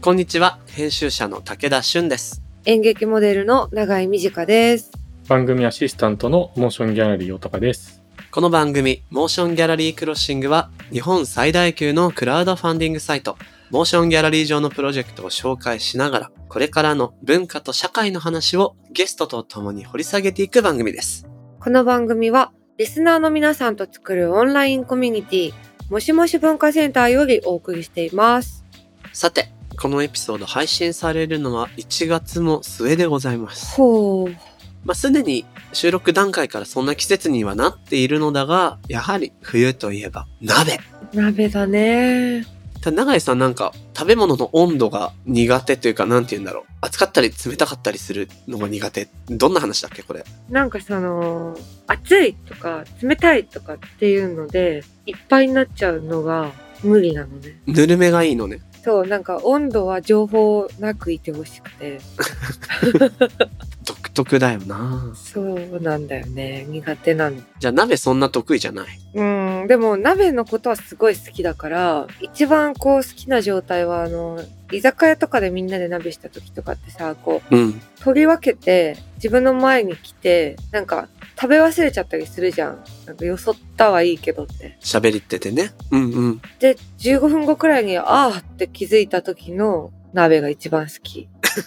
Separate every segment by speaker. Speaker 1: こんにちは。編集者の武田俊です。
Speaker 2: 演劇モデルの永井美智香です。
Speaker 3: 番組アシスタントのモーションギャラリーおたかです。
Speaker 1: この番組、モーションギャラリークロッシングは、日本最大級のクラウドファンディングサイト、モーションギャラリー上のプロジェクトを紹介しながら、これからの文化と社会の話をゲストと共に掘り下げていく番組です。
Speaker 2: この番組は、リスナーの皆さんと作るオンラインコミュニティ、もしもし文化センターよりお送りしています。
Speaker 1: さて、このエピソード配信されるのは1月も末でございます。
Speaker 2: ほう。
Speaker 1: まあ、すでに収録段階からそんな季節にはなっているのだが、やはり冬といえば鍋。
Speaker 2: 鍋だね。
Speaker 1: ただ永井さんなんか食べ物の温度が苦手というかなんて言うんだろう暑かったり冷たかったりするのが苦手どんな話だっけこれ
Speaker 2: なんかその、暑いとか冷たいとかっていうので、いっぱいになっちゃうのが無理なのね。
Speaker 1: ぬるめがいいのね
Speaker 2: そう、なんか温度は情報なくいてほしくて。
Speaker 1: 独特だよな
Speaker 2: そうなんだよね。苦手なん
Speaker 1: じゃあ鍋そんな得意じゃない
Speaker 2: うん、でも鍋のことはすごい好きだから、一番こう好きな状態はあの、居酒屋とかでみんなで鍋した時とかってさ、こ
Speaker 1: うん
Speaker 2: う、取り分けて自分の前に来て、なんか食べ忘れちゃったりするじゃん。なんかよそったはいいけどって。
Speaker 1: 喋りっててねうんうん
Speaker 2: で、15分後くらいに、あーって気づいた時の鍋が一番好き。ち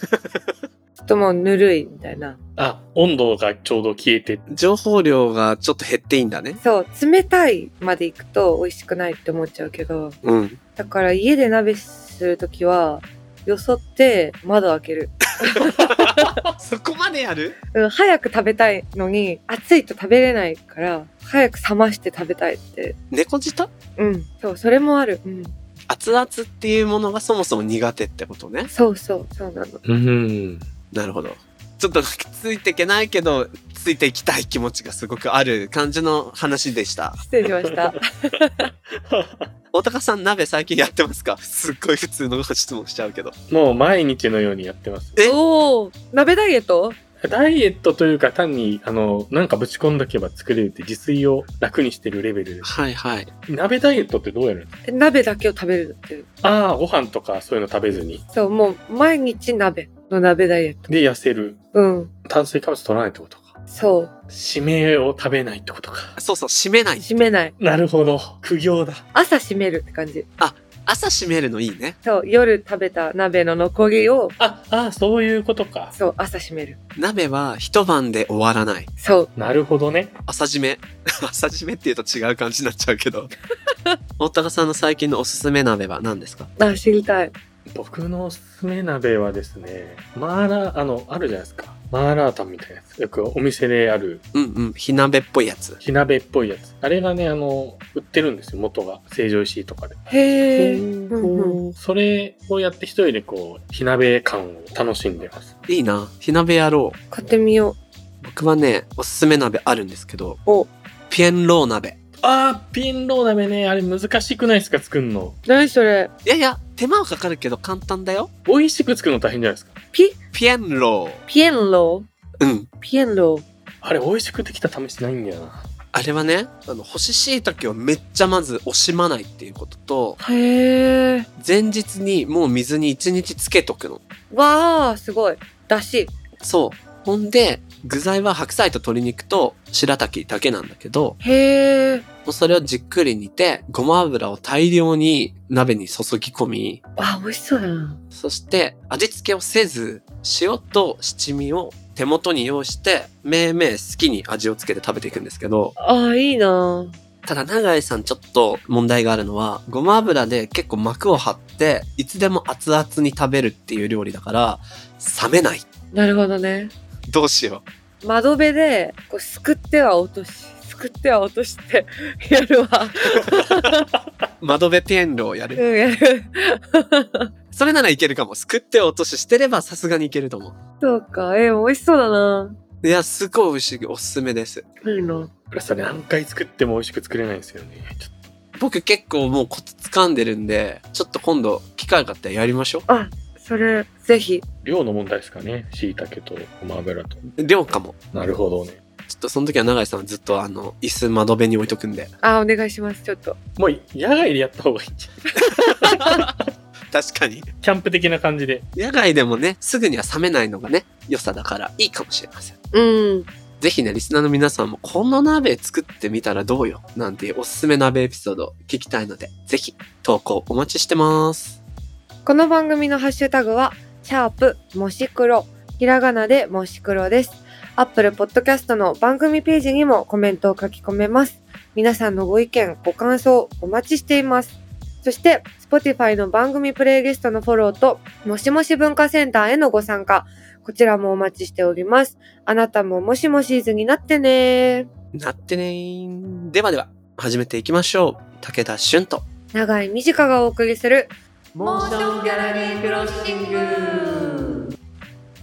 Speaker 2: ょっともうぬるいみたいな。
Speaker 3: あ、温度がちょうど消えて、
Speaker 1: 情報量がちょっと減っていいんだね
Speaker 2: そう、冷たいまで行くと美味しくないって思っちゃうけど、
Speaker 1: うん
Speaker 2: だから家で鍋するときは、よそって窓開ける、
Speaker 1: そこまでやる
Speaker 2: うん。早く食べたいのに、暑いと食べれないから、早く冷まして食べたいって。
Speaker 1: 猫舌
Speaker 2: うん。そう、それもある。うん。
Speaker 1: 熱々っていうものがそもそも苦手ってことね
Speaker 2: そうそう、そうなの。
Speaker 3: うん。
Speaker 1: なるほど。ちょっとついていけないけど、ついていきたい気持ちがすごくある感じの話でした。
Speaker 2: 失礼しました。
Speaker 1: 大高さん、鍋最近やってますか すっごい普通の質問しちゃうけど。
Speaker 3: もう毎日のようにやってます。
Speaker 1: え
Speaker 2: おお鍋ダイエット
Speaker 3: ダイエットというか単に、あの、なんかぶち込んだけば作れるって自炊を楽にしてるレベルです。
Speaker 1: はいはい。
Speaker 3: 鍋ダイエットってどうやるの
Speaker 2: え鍋だけを食べるっていう。
Speaker 3: ああ、ご飯とかそういうの食べずに。
Speaker 2: そう、もう毎日鍋の鍋ダイエット。
Speaker 3: で、痩せる。
Speaker 2: うん。
Speaker 3: 炭水化物取らないってことか。
Speaker 2: そう。
Speaker 3: 締めを食べないってことか。
Speaker 1: そうそう、締めない。
Speaker 2: 閉めない。
Speaker 3: なるほど。苦行だ。
Speaker 2: 朝閉めるって感じ。
Speaker 1: 朝締めるのいいね。
Speaker 2: そう、夜食べた鍋の残りを、
Speaker 3: あ、ああ、そういうことか。
Speaker 2: そう、朝閉める。
Speaker 1: 鍋は一晩で終わらない。
Speaker 2: そう。
Speaker 3: なるほどね。
Speaker 1: 朝締め。 朝締めって言うと違う感じになっちゃうけ ど。大高さんの最近のおすすめ鍋は何ですか
Speaker 2: あ、知りたい。
Speaker 3: 僕のおすすめ鍋はですね、マーラー、あの、あるじゃないですか。マーラータンみたいなやつ。よくお店である、
Speaker 1: うんうん。火鍋っぽいやつ。
Speaker 3: 火鍋っぽいやつ。あれがね、あの、売ってるんですよ。元が。成城石井とかで。
Speaker 2: へえ。うん
Speaker 3: それをやって一人でこう、火鍋感を楽しんでます。
Speaker 1: いいな。火鍋やろう。
Speaker 2: 買ってみよ
Speaker 1: 僕はね、おすすめ鍋あるんですけど、
Speaker 2: お
Speaker 1: ピエンロー鍋。
Speaker 3: あー、ピンロー鍋ね。あれ難しくないですか作るの。
Speaker 2: う。何それ
Speaker 1: いやいや、手間はかかるけど簡単だよ。
Speaker 3: 美味しく作るの大変じゃないですか。
Speaker 2: ピ、
Speaker 1: ピエンロ
Speaker 2: ピエンロ
Speaker 1: ー。うん。
Speaker 2: ーピエンロー。
Speaker 3: あれ美味しくできた試しないんだよな。
Speaker 1: あれはね、あの、干し椎茸をめっちゃまず惜しまないっていうことと、
Speaker 2: へえ。
Speaker 1: 前日にもう水に1日つけとくの。
Speaker 2: わあ、すごい。だし。
Speaker 1: そう。ほんで、具材は白菜と鶏肉と白滝だけなんだけど、
Speaker 2: へえ。
Speaker 1: もうそれをじっくり煮て、ごま油を大量に鍋に注ぎ込み、
Speaker 2: あ、美味しそうだな。
Speaker 1: そして味付けをせず、塩と七味を手元に用意して、めいめい好きに味をつけて食べていくんですけど、
Speaker 2: あ、いいな。
Speaker 1: ただ永井さんちょっと問題があるのはごま油で結構膜を張っていつでも熱々に食べるっていう料理だから冷めない
Speaker 2: なるほどね。
Speaker 1: どうしよ
Speaker 2: 窓辺で、こう、すくっては落とし、すくっては落として、 やるわ。
Speaker 1: う窓辺ペンロをやる
Speaker 2: うん、やる。
Speaker 1: それならいけるかもすくって落とししてればさすがにいけると思
Speaker 2: そうか。え、美味しそうだな。
Speaker 1: ういやすごい美味しいおすすめです
Speaker 2: いいな。
Speaker 3: プラスあれ何回作っても美味しく作れないんですよね。ちょっ
Speaker 1: 僕結構もうコツ掴んでるんでちょっと今度機会があったらやりましょ
Speaker 2: あ、それ、ぜひ。
Speaker 3: と量の問題ですかね。椎茸とごま油と。
Speaker 1: う量かも
Speaker 3: なるほどね。
Speaker 1: ちょっとその時は永井さんはずっとあの椅子窓辺に置いとくんで
Speaker 2: あ、お願いします。ちょっと。
Speaker 3: もう野外でやった方がいいんじゃ
Speaker 1: 確確かに。
Speaker 4: キャンプ的な感じで。
Speaker 1: 野外でもね、すぐには冷めないのがね、良さだからいいかもしれません。
Speaker 2: うん。
Speaker 1: ぜひね、リスナーの皆さんもこの鍋作ってみたらどうよなんていうおすすめ鍋エピソード聞きたいので、ぜひ投稿お待ちしてます。
Speaker 2: この番組のハッシュタグは、シャープもし黒、ひらがなでもし黒です。アップルポッドキャストの番組ページにもコメントを書き込めます。皆さんのご意見、ご感想、お待ちしています。そして、Spotify の番組プレイリストのフォローと、もしもし文化センターへのご参加、こちらもお待ちしております。あなたももしもしーずになってねー。
Speaker 1: なってねー。ではでは、始めていきましょう。武田俊と。
Speaker 2: 長井美智香がお送りする、
Speaker 1: モーションギャラリークロッシン
Speaker 2: グ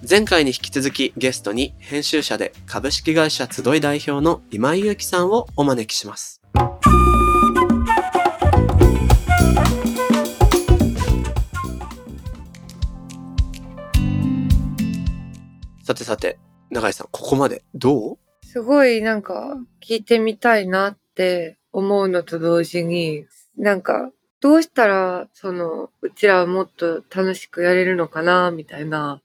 Speaker 1: 前回に引き続きゲストに編集者で株式会社集い代表の今井祐樹さんをお招きします。さてさて、永井さん、ここまでどう
Speaker 2: すごいなんか聞いてみたいなって思うのと同時に、なんかどうしたらそのうちらはもっと楽しくやれるのかなみたいな。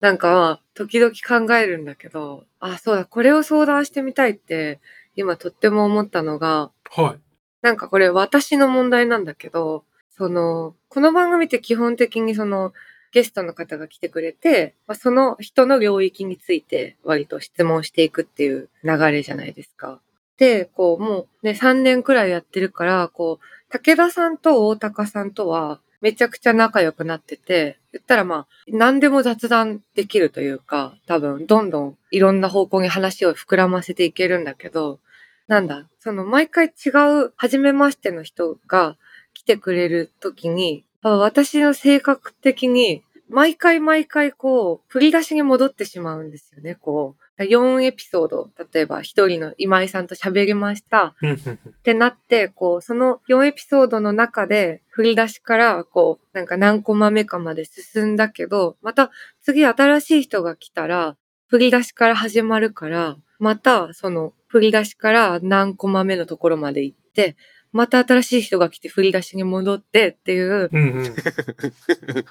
Speaker 2: なんか時々考えるんだけど、あ、そうだ、これを相談してみたいって今とっても思ったのが、
Speaker 4: はい。
Speaker 2: なんかこれ私の問題なんだけど、その、この番組って基本的にその、ゲストの方が来てくれて、まあ、その人の領域について割と質問していくっていう流れじゃないですか。で、こう、もうね、3年くらいやってるから、こう、武田さんと大高さんとはめちゃくちゃ仲良くなってて、言ったらまあ、何でも雑談できるというか、多分、どんどんいろんな方向に話を膨らませていけるんだけど、なんだ、その毎回違う、初めましての人が来てくれるときに、あ私の性格的に、毎回毎回こう、振り出しに戻ってしまうんですよね、こう。4エピソード、例えば一人の今井さんと喋りました。
Speaker 4: うんうんうん
Speaker 2: ってなって、こう、その4エピソードの中で、振り出しから、こう、なんか何コマ目かまで進んだけど、また次新しい人が来たら、振り出しから始まるから、またその振り出しから何コマ目のところまで行って、また新しい人が来て振り出しに戻ってっていう
Speaker 4: うんうん。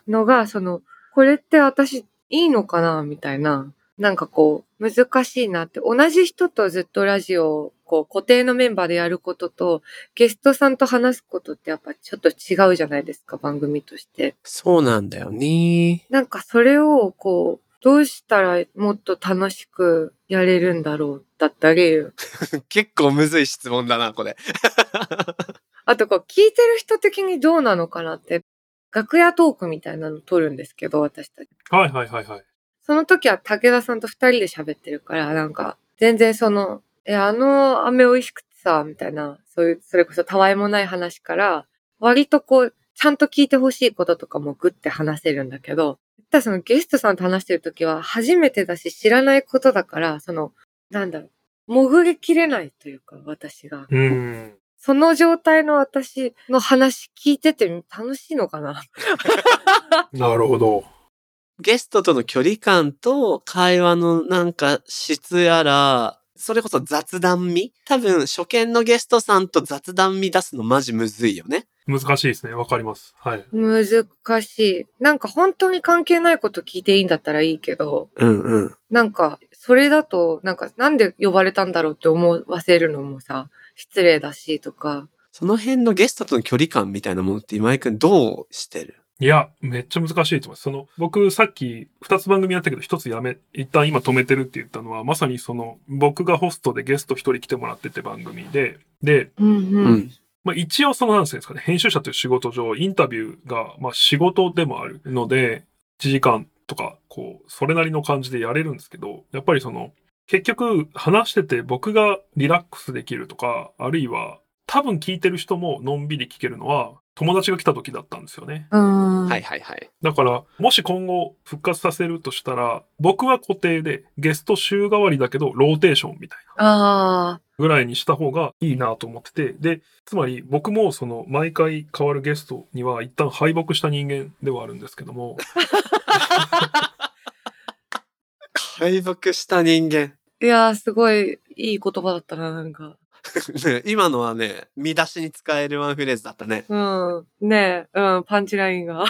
Speaker 2: のが、その、これって私いいのかなみたいな、なんかこう、難しいなって、同じ人とずっとラジオを、こう、固定のメンバーでやることと、ゲストさんと話すことってやっぱちょっと違うじゃないですか、番組として。
Speaker 1: そうなんだよね。
Speaker 2: なんかそれを、こう、どうしたらもっと楽しくやれるんだろう、だったり、
Speaker 1: 結構むずい質問だな、これ。
Speaker 2: あとこう、聞いてる人的にどうなのかなって、楽屋トークみたいなの撮るんですけど、私たち。
Speaker 4: はいはいはいはい。
Speaker 2: その時は武田さんと二人で喋ってるから、なんか、全然その、え、あの飴美味しくてさ、みたいな、そういう、それこそたわいもない話から、割とこう、ちゃんと聞いてほしいこととかもグッて話せるんだけど、ただそのゲストさんと話してる時は初めてだし知らないことだから、その、なんだろう、潜りきれないというか、私が。
Speaker 4: うん。
Speaker 2: その状態の私の話聞いてて楽しいのかな
Speaker 4: なるほど。
Speaker 1: ゲストとの距離感と会話のなんか質やら、それこそ雑談味多分初見のゲストさんと雑談味出すのマジむずいよね。
Speaker 4: 難しいですね。わかります。はい。
Speaker 2: 難しい。なんか本当に関係ないこと聞いていいんだったらいいけど、
Speaker 1: うんうん。
Speaker 2: なんかそれだと、なんかなんで呼ばれたんだろうって思わせるのもさ、失礼だしとか。
Speaker 1: その辺のゲストとの距離感みたいなものって今井くんどうしてる
Speaker 4: いや、めっちゃ難しいと思います。その、僕、さっき、二つ番組やったけど、一つやめ、一旦今止めてるって言ったのは、まさにその、僕がホストでゲスト一人来てもらってて番組で、で、
Speaker 2: うん
Speaker 1: う。ん。
Speaker 4: まあ一応その、なんていうんですかね、編集者という仕事上、インタビューが、まあ仕事でもあるので、1時間とか、こう、それなりの感じでやれるんですけど、やっぱりその、結局、話してて僕がリラックスできるとか、あるいは、多分聞いてる人ものんびり聞けるのは、友達が来た時だったんですよね。
Speaker 2: うん。
Speaker 1: はい。はいはい。
Speaker 4: だから、もし今後復活させるとしたら、僕は固定で、ゲスト週替わりだけど、ローテーションみたいな
Speaker 2: ああ。
Speaker 4: ぐらいにした方がいいなと思ってて、で、つまり僕もその、毎回変わるゲストには一旦敗北した人間ではあるんですけども、
Speaker 1: 敗北した人間。
Speaker 2: いやー、すごいいい言葉だったな、なんか。
Speaker 1: ね 今のはね、見出しに使えるワンフレーズだったね。
Speaker 2: うん。ねえ、うん、パンチラインが。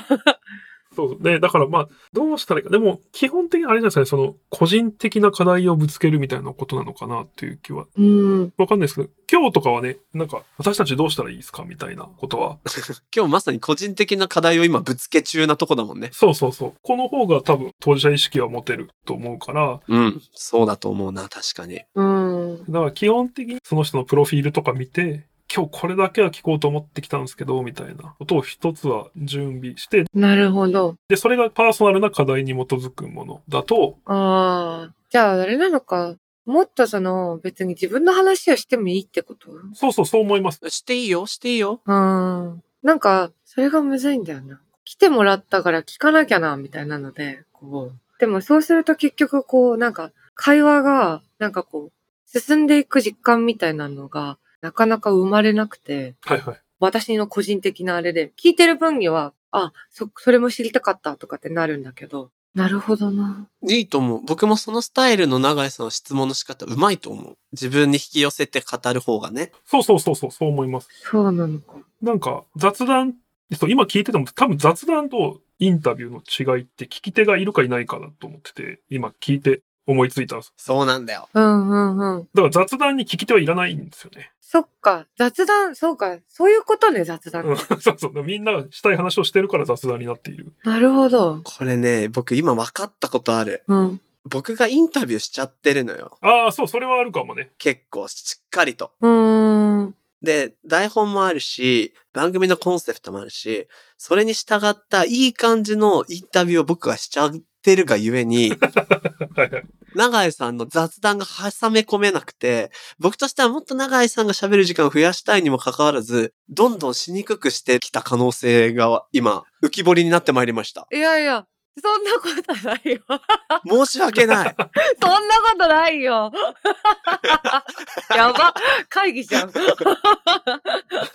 Speaker 4: そうそうね、だからまあ、どうしたらいいか。でも、基本的にあれじゃないですかね、その、個人的な課題をぶつけるみたいなことなのかなっていう気は。
Speaker 2: うん。
Speaker 4: わかんないですけど、今日とかはね、なんか、私たちどうしたらいいですかみたいなことは。
Speaker 1: 今日まさに個人的な課題を今ぶつけ中なとこだもんね。
Speaker 4: そうそうそう。この方が多分、当事者意識は持てると思うから、
Speaker 1: うん。そうだと思うな、確かに。
Speaker 2: うん。
Speaker 4: だから基本的にその人のプロフィールとか見て、今日これだけは聞こうと思ってきたんですけど、みたいなことを一つは準備して、
Speaker 2: なるほど。
Speaker 4: で、それがパーソナルな課題に基づくものだと、
Speaker 2: ああ。じゃあ、あれなのか。もっとその、別に自分の話をしてもいいってこと
Speaker 4: そうそうそう思います。
Speaker 1: していいよ、していいよ。
Speaker 2: うん。なんか、それがむずいんだよな。来てもらったから聞かなきゃな、みたいなので、こう。でもそうすると結局こう、なんか、会話が、なんかこう、進んでいく実感みたいなのが、なかなか生まれなくて、
Speaker 4: はいはい。
Speaker 2: 私の個人的なあれで、聞いてる分には、あ、そ、それも知りたかったとかってなるんだけど。なるほどな。
Speaker 1: いいと思う。僕もそのスタイルの永井さんの質問の仕方、うまいと思う。自分に引き寄せて語る方がね。
Speaker 4: そうそうそうそう、そう思います。
Speaker 2: そうなのか。
Speaker 4: なんか、雑談、そう今聞いてても多分雑談とインタビューの違いって聞き手がいるかいないかだと思ってて、今聞いて思いついたんです。
Speaker 1: そうなんだよ。
Speaker 2: うんうんうん。
Speaker 4: だから雑談に聞き手はいらないんですよね。
Speaker 2: そっか。雑談、そうか。そういうことね、雑談。
Speaker 4: うん そうそう。みんながしたい話をしてるから雑談になっている。
Speaker 2: なるほど。
Speaker 1: これね、僕今分かったことある。
Speaker 2: うん。
Speaker 1: 僕がインタビューしちゃってるのよ。
Speaker 4: ああ、そう、それはあるかもね。
Speaker 1: 結構しっかりと。
Speaker 2: うーん。。
Speaker 1: で、台本もあるし、番組のコンセプトもあるし、それに従ったいい感じのインタビューを僕がしちゃってるがゆえに、
Speaker 4: はいはい。
Speaker 1: 永井さんの雑談が挟め込めなくて、僕としてはもっと永井さんが喋る時間を増やしたいにもかかわらず、どんどんしにくくしてきた可能性が今、浮き彫りになってまいりました
Speaker 2: いやいや、そんなことないよ。
Speaker 1: 申し訳ない。
Speaker 2: そんなことないよ。 やば、会議じゃん。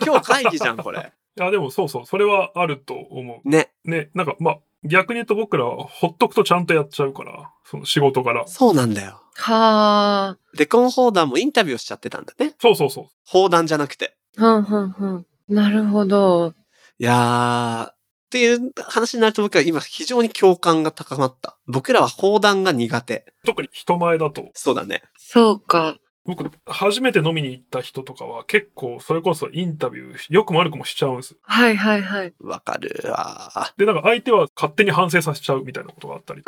Speaker 1: 今日会議じゃん、これ。
Speaker 4: いや、でもそうそう、それはあると思
Speaker 1: ね。
Speaker 4: う。ね、なんか、まあ、逆に言うと僕らはほっとくとちゃんとやっちゃうから、その仕事柄。
Speaker 1: そうなんだよ。
Speaker 2: はあ。
Speaker 1: デコン砲弾もインタビューしちゃってたんだね。
Speaker 4: そうそうそう。
Speaker 1: 砲弾じゃなくて。
Speaker 2: ふんふんふん。なるほど。
Speaker 1: いやー。っていう話になると僕は今非常に共感が高まった。僕らは砲弾が苦手。
Speaker 4: 特に人前だと。
Speaker 1: そうだね。
Speaker 2: そうか。
Speaker 4: 僕、初めて飲みに行った人とかは結構、それこそインタビュー、よくも悪くもしちゃうんです。
Speaker 2: はいはいはい。
Speaker 1: わかるわー。
Speaker 4: で、なんか相手は勝手に反省させちゃうみたいなことがあったり。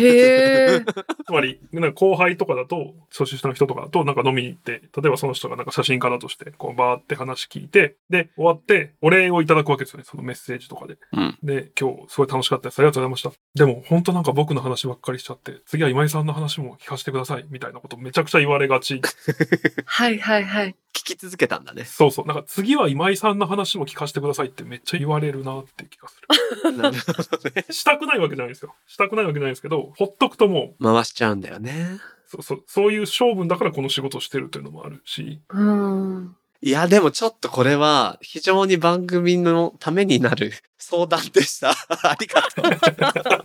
Speaker 2: へ え。
Speaker 4: つまり、なんか後輩とかだと、年下の人とかだと、なんか飲みに行って、例えばその人がなんか写真家だとして、こうバーって話聞いて、で、終わって、お礼をいただくわけですよね、そのメッセージとかで。
Speaker 1: うん
Speaker 4: で、今日すごい楽しかったです。ありがとうございました。でも、本当なんか僕の話ばっかりしちゃって、次は今井さんの話も聞かせてください、みたいなことめちゃくちゃ言われ がち。
Speaker 2: はいはいはい。
Speaker 1: 聞き続けたんだ ね。
Speaker 4: そうそう。なんか次は今井さんの話も聞かせてくださいってめっちゃ言われるなって気がする。
Speaker 1: なるほどね。
Speaker 4: したくないわけじゃないですよ。したくないわけじゃないですけど、ほっとくともう、
Speaker 1: 回しちゃうんだよね。
Speaker 4: そうそう、そういう性分だからこの仕事をしてるというのもあるし、
Speaker 2: うーん。
Speaker 1: いや、でもちょっとこれは非常に番組のためになる 相談でした。 ありがとう。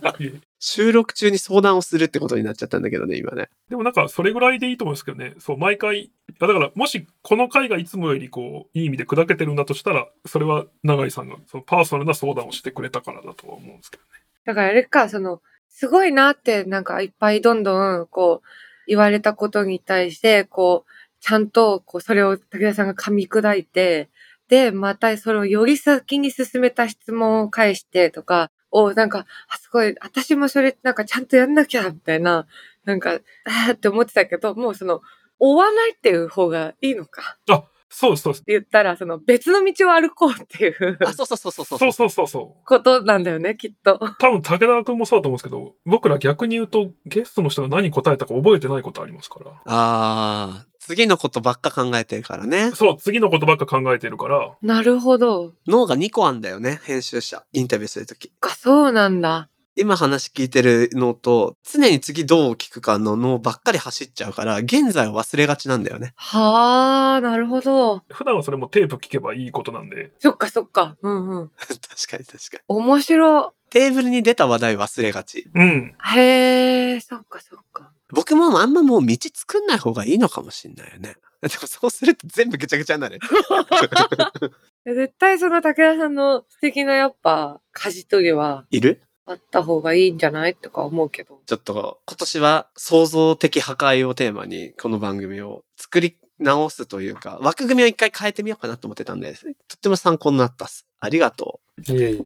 Speaker 1: 収録中に相談をするってことになっちゃったんだけどね、今ね。
Speaker 4: でもなんか、それぐらいでいいと思うんですけどね。そう、毎回。あだから、もし、この回がいつもより、こう、いい意味で砕けてるんだとしたら、それは、永井さんが、その、パーソナルな相談をしてくれたからだとは思うんですけどね。
Speaker 2: だからあれか、その、すごいなって、なんかいっぱいどんどん、こう、言われたことに対して、こう、ちゃんと、こう、それを武田さんが噛み砕いて、で、またそれをより先に進めた質問を返してとか、を、なんか、あ、すごい、私もそれ、なんかちゃんとやんなきゃ、みたいな、なんか、あーって思ってたけど、もうその、追わないっていう方がいいのか。っ
Speaker 4: そうですそうです。
Speaker 2: て言ったら、その、別の道を歩こうっていう
Speaker 1: あ、そうそうそうそうそう。
Speaker 4: そうそうそうそう。
Speaker 2: ことなんだよね、きっと。
Speaker 4: 多分、武田君もそうだと思うんですけど、僕ら逆に言うと、ゲストの人が何答えたか覚えてないことありますから。
Speaker 1: あー、次のことばっか考えてるからね。
Speaker 4: そう、次のことばっか考えてるから、
Speaker 2: なるほど。
Speaker 1: 脳が2個あんだよね、編集者。インタビューするとき。
Speaker 2: か、そうなんだ。
Speaker 1: 今話聞いてる脳と、常に次どう聞くかの脳ばっかり走っちゃうから、現在を忘れがちなんだよね。
Speaker 2: はあ、なるほど。
Speaker 4: 普段はそれもテープ聞けばいいことなんで、
Speaker 2: そっかそっか。うんうん。
Speaker 1: 確かに確かに。
Speaker 2: 面白。
Speaker 1: テーブルに出た話題忘れがち。
Speaker 4: うん。
Speaker 2: へえ、そっかそっか。
Speaker 1: 僕もあんまもう道作んない方がいいのかもしんないよね。 でもそうすると全部ぐちゃぐちゃになる。
Speaker 2: いや絶対その武田さんの素敵なやっぱ、舵取りはい
Speaker 1: る
Speaker 2: あった方がいいんじゃないとか思うけど。
Speaker 1: ちょっと今年は創造的破壊をテーマにこの番組を作り直すというか、枠組みを一回変えてみようかなと思ってたんで、とっても参考になったっす。ありがとう。
Speaker 4: いえいえ。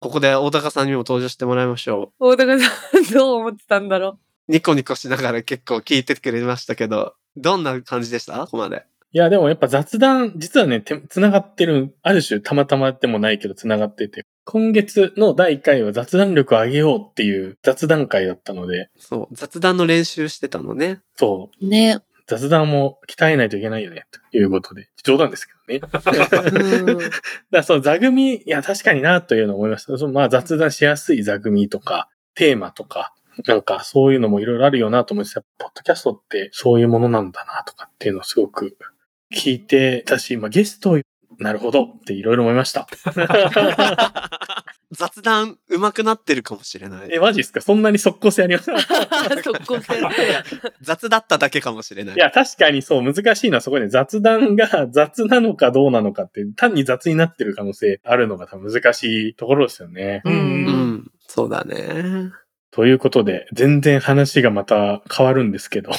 Speaker 1: ここで大高さんにも登場してもらいましょ
Speaker 2: 大高さん、どう思ってたんだろ
Speaker 1: う。ニコニコしながら結構聞いてくれましたけど、どんな感じでしたここまで。
Speaker 3: いや、でもやっぱ雑談、実はね、て繋がってる、ある種たまたまでもないけど繋がってて、今月の第1回は雑談力を上げようっていう雑談会だったので、
Speaker 1: そう、雑談の練習してたのね。
Speaker 3: そう、
Speaker 2: う。ね。
Speaker 3: 雑談も鍛えないといけないよね、ということで、冗談ですけどね。
Speaker 2: うん。
Speaker 3: だからその座組、いや、確かにな、というのを思いました。そのまあ、雑談しやすい座組とか、テーマとか、なんか、そういうのもいろいろあるよなと思ってた。ポッドキャストってそういうものなんだな、とかっていうのをすごく聞いてたし、まあ、ゲストを、なるほどっていろいろ思いました。
Speaker 1: 雑談上手くなってるかもしれない。
Speaker 3: え、マジですかそんなに即効性ありますい
Speaker 2: 速攻性。
Speaker 1: 雑だっただけかもしれない。
Speaker 3: や、確かにそう、難しいのはそこで雑談が雑なのかどうなのかって、単に雑になってる可能性あるのが多分難しいところですよね。
Speaker 2: う。
Speaker 1: うんん、そうだね。
Speaker 3: ということで、全然話がまた変わるんですけど、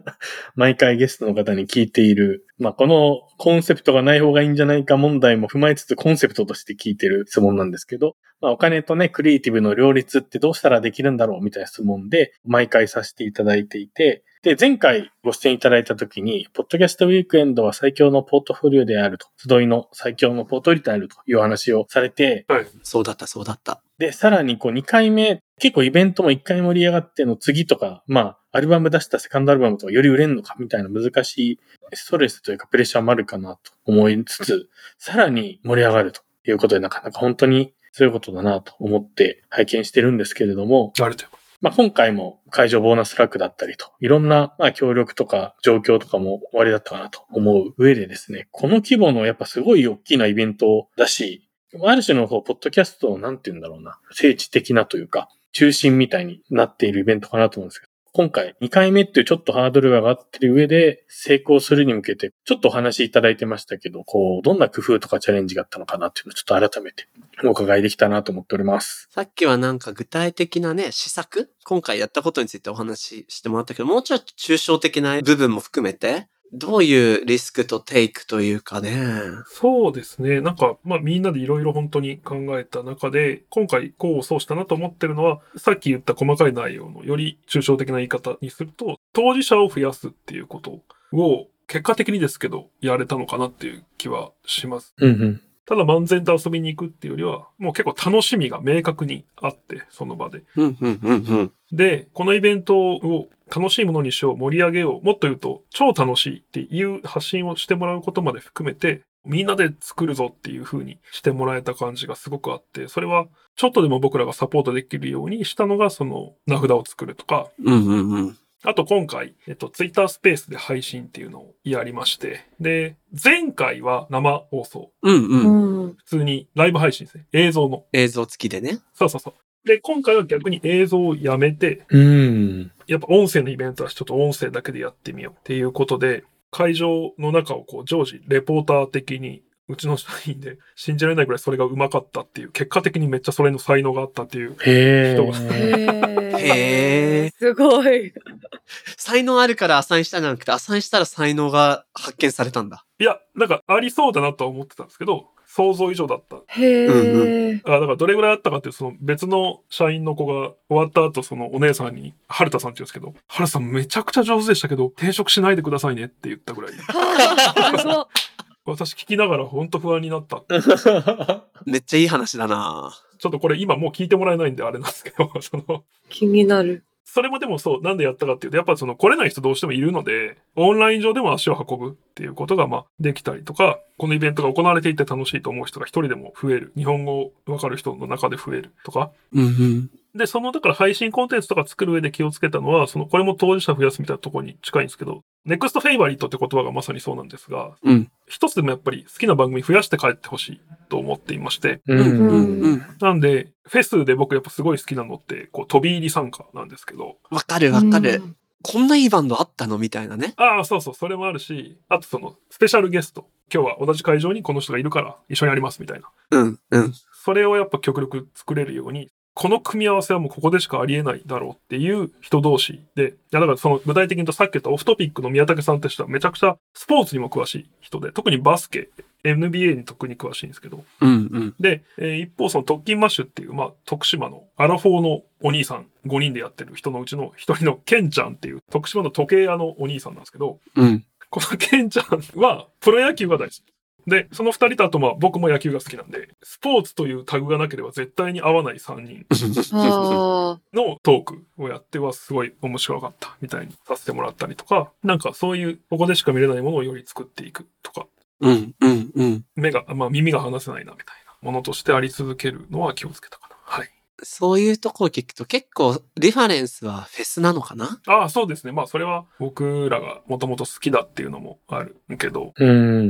Speaker 3: 毎回ゲストの方に聞いている、まあ、このコンセプトがない方がいいんじゃないか問題も踏まえつつコンセプトとして聞いてる質問なんですけど、まあ、お金とね、クリエイティブの両立ってどうしたらできるんだろうみたいな質問で、毎回させていただいていて、で、前回ご出演いただいた時に、ポッドキャストウィークエンドは最強のポートフォリオであると、集いの最強のポートフォリオであるというお話をされて、
Speaker 1: そうだった、そうだった。
Speaker 3: で、さらにこう2回目、結構イベントも1回盛り上がっての次とか、まあ、アルバム出したセカンドアルバムとかより売れんのかみたいな難しいストレスというかプレッシャーもあるかなと思いつつ、さらに盛り上がるということで、なかなか本当にそういうことだなと思って拝見してるんですけれども、
Speaker 4: あるというこ
Speaker 3: まあ、今回も会場ボーナスラックだったりと、いろんな、まあ、協力とか状況とかも終わりだったかなと思う上でですね、この規模のやっぱすごい大きなイベントだし、ある種のこうポッドキャストのなんて言うんだろうな、聖地的なというか、中心みたいになっているイベントかなと思うんですけど、今回2回目っていうちょっとハードルが上がってる上で成功するに向けて、ちょっとお話しいただいてましたけど、こう、どんな工夫とかチャレンジがあったのかなっていうのをちょっと改めてお伺いできたなと思っております。
Speaker 1: さっきはなんか具体的なね、施策今回やったことについてお話ししてもらったけど、もうちょっと抽象的な部分も含めて、どういうリスクとテイクというかね。
Speaker 4: と。そうですね。なんか、まあみんなでいろいろ本当に考えた中で、今回こうそうしたなと思ってるのは、さっき言った細かい内容のより抽象的な言い方にすると、当事者を増やすっていうことを、結果的にですけど、やれたのかなっていう気はします。
Speaker 3: うんうん。
Speaker 4: ただ漫然と遊びに行くっていうよりは、もう結構楽しみが明確にあって、その場で。
Speaker 1: うん、うん、うん、うん。
Speaker 4: で、このイベントを楽しいものにしよう、盛り上げよう、もっと言うと、超楽しいっていう発信をしてもらうことまで含めて、みんなで作るぞっていう風にしてもらえた感じがすごくあって、それは、ちょっとでも僕らがサポートできるようにしたのが、その、名札を作るとか、
Speaker 1: うん、うん、うん。
Speaker 4: あと今回、えっと、ツイッタースペースで配信っていうのをやりまして、で、前回は生放送、
Speaker 1: うん、
Speaker 2: う
Speaker 1: うん。
Speaker 2: ん。
Speaker 4: 普通にライブ配信ですね、映像の。
Speaker 1: 映像付きでね。
Speaker 4: そうそうそう。で、今回は逆に映像をやめて、
Speaker 3: うん。
Speaker 4: やっぱ音声のイベントはちょっと音声だけでやってみようっていうことで、会場の中をこう常時レポーター的に、うちの社員で信じられないぐらいそれがうまかったっていう、結果的にめっちゃそれの才能があったっていう。
Speaker 3: へ
Speaker 4: 人
Speaker 3: え。
Speaker 2: へ
Speaker 1: へー
Speaker 2: え。すごい。
Speaker 1: 才能あるからアサインしたんじゃなくて、アサインしたら才能が発見されたんだ。
Speaker 4: いや、なんかありそうだなとは思ってたんですけど、想像以上だった。
Speaker 2: へ
Speaker 1: うん
Speaker 2: え。
Speaker 4: あだからどれぐらいあったかっていう、その別の社員の子が終わった後、そのお姉さんに、春田さんって言うんですけど、春田さんめちゃくちゃ上手でしたけど、転職しないでくださいねって言ったぐらい。
Speaker 2: はあすご い
Speaker 4: 私聞きながら本当不安になった。
Speaker 1: めっちゃいい話だな
Speaker 4: ちょっとこれ今もう聞いてもらえないんであれなんですけど、 その、
Speaker 2: 気になる。
Speaker 4: それもでもそう、なんでやったかっていうと、やっぱその来れない人どうしてもいるので、オンライン上でも足を運ぶっていうことが、まあ、できたりとか、このイベントが行われていて楽しいと思う人が一人でも増える。日本語わかる人の中で増えるとか。
Speaker 1: うん、うん。
Speaker 4: で、その、だから配信コンテンツとか作る上で気をつけたのは、その、これも当事者増やすみたいなところに近いんですけど、ネクストフェイバリットって言葉がまさにそうなんですが、
Speaker 1: うん
Speaker 4: 一つでもやっぱり好きな番組増やして帰ってほしいと思っていまして、
Speaker 1: う
Speaker 3: う
Speaker 1: ん、
Speaker 3: ん。
Speaker 1: うん、うん。
Speaker 4: なんで、フェスで僕やっぱすごい好きなのって、こう、飛び入り参加なんですけど、
Speaker 1: わかる、わかる。
Speaker 2: うん。
Speaker 1: こんないいバンドあったのみたいなね。
Speaker 4: ああ、そうそう、それもあるし、あとその、スペシャルゲスト。今日は同じ会場にこの人がいるから一緒にやりますみたいな。
Speaker 1: うん、うん。
Speaker 4: それをやっぱ極力作れるように、この組み合わせはもうここでしかありえないだろうっていう人同士で、いやだからその具体的に言うとさっき言ったオフトピックの宮武さんって人はめちゃくちゃスポーツにも詳しい人で、特にバスケ、NBA に特に詳しいんですけど、
Speaker 1: うん、うん。
Speaker 4: で、えー一方その特勤マッシュっていう、まあ、徳島のアラフォーのお兄さん5人でやってる人のうちの一人のケンちゃんっていう徳島の時計屋のお兄さんなんですけど、
Speaker 1: うん。
Speaker 4: このケンちゃんはプロ野球が大好き。で、その二人とあとまあ僕も野球が好きなんで、スポーツというタグがなければ絶対に合わない三人
Speaker 2: あ
Speaker 4: のトークをやってはすごい面白かったみたいにさせてもらったりとか、なんかそういうここでしか見れないものをより作っていくとか、
Speaker 1: うん、うん、うん。
Speaker 4: 目が、まあ耳が離せないなみたいなものとしてあり続けるのは気をつけたかな。はい。
Speaker 1: そういうとこを聞くと結構リファレンスはフェスなのかな
Speaker 4: ああ、そうですね。まあ、それは僕らがもともと好きだっていうのもあるけど、
Speaker 3: うん、う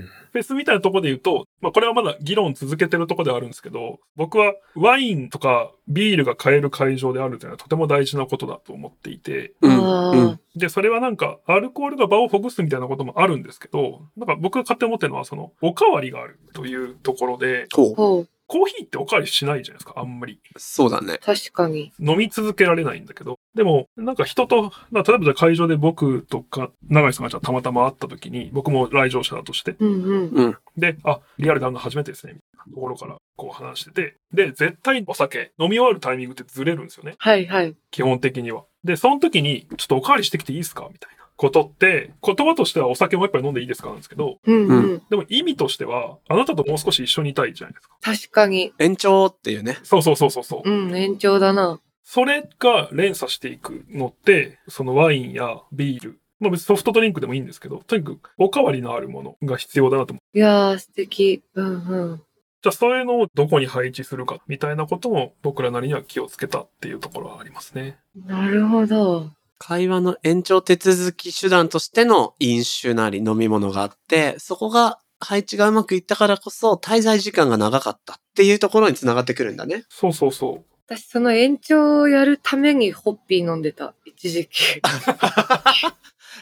Speaker 3: ん。
Speaker 4: フェスみたいなとこで言うと、まあ、これはまだ議論続けてるとこではあるんですけど、僕はワインとかビールが買える会場であるというのはとても大事なことだと思っていて、
Speaker 1: う
Speaker 2: ー
Speaker 1: ん、う
Speaker 2: あ
Speaker 1: ん、
Speaker 4: で、それはなんか、アルコールが場をほぐすみたいなこともあるんですけど、なんか僕が勝手に思ってるのは、その、おかわりがあるというところで、
Speaker 2: ー。
Speaker 1: ほう。
Speaker 2: ほう。
Speaker 4: コーヒーっておかわりしないじゃないですか、あんまり。
Speaker 1: そうだね。
Speaker 2: 確かに。
Speaker 4: 飲み続けられないんだけど、でも、なんか人と、まあ例えばじゃあ会場で僕とか、永井さんがじゃあたまたま会った時に、僕も来場者だとして、
Speaker 2: うんうん。
Speaker 1: うん、
Speaker 4: で、あ、リアルダウンの初めてですね、みたいなところからこう話してて、で、絶対お酒、飲み終わるタイミングってずれるんですよね、
Speaker 2: はいはい。
Speaker 4: 基本的には。で、その時に、ちょっとおかわりしてきていいですかみたいなことって、言葉としてはお酒もう一杯飲んでいいですかなんですけど、
Speaker 2: うんうん。
Speaker 1: う
Speaker 4: でも意味としては、あなたともう少し一緒にいたいじゃないですか。
Speaker 2: 確かに。
Speaker 1: 延長っていうね。
Speaker 4: そうそうそうそうそう。
Speaker 2: うん、延長だな。
Speaker 4: それが連鎖していくのって、そのワインやビール、まあ別にソフトドリンクでもいいんですけど、とにかくおかわりのあるものが必要だなと思う。
Speaker 2: いやー、素敵。うんうん。
Speaker 4: じゃあそういうのをどこに配置するかみたいなことも僕らなりには気をつけたっていうところはありますね。
Speaker 2: なるほど。
Speaker 1: 会話の延長手続き手段としての飲酒なり飲み物があって、そこが配置がうまくいったからこそ滞在時間が長かったっていうところにつながってくるんだね。
Speaker 4: そうそうそ
Speaker 2: 私、その延長をやるためにホッピー飲んでた。一時 期。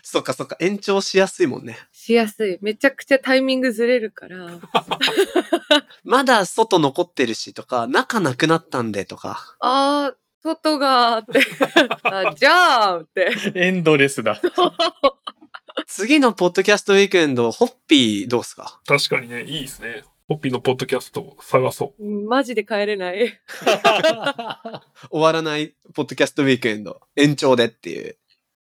Speaker 1: そっかそっか、延長しやすいもんね。
Speaker 2: しやすい。めちゃくちゃタイミングずれるから。
Speaker 1: まだ外残ってるしとか、仲なくなったんでとか。
Speaker 2: あー、外がーって。 あじゃあって。
Speaker 3: エンドレスだ。
Speaker 1: 次のポッドキャストウィークエンド、ホッピーどうすか
Speaker 4: う。確かにね、いいですね。ホッピーのポッドキャストを探そう。
Speaker 2: うんマジで帰れない。
Speaker 1: 終わらないポッドキャストウィークエンド、延長でっていう。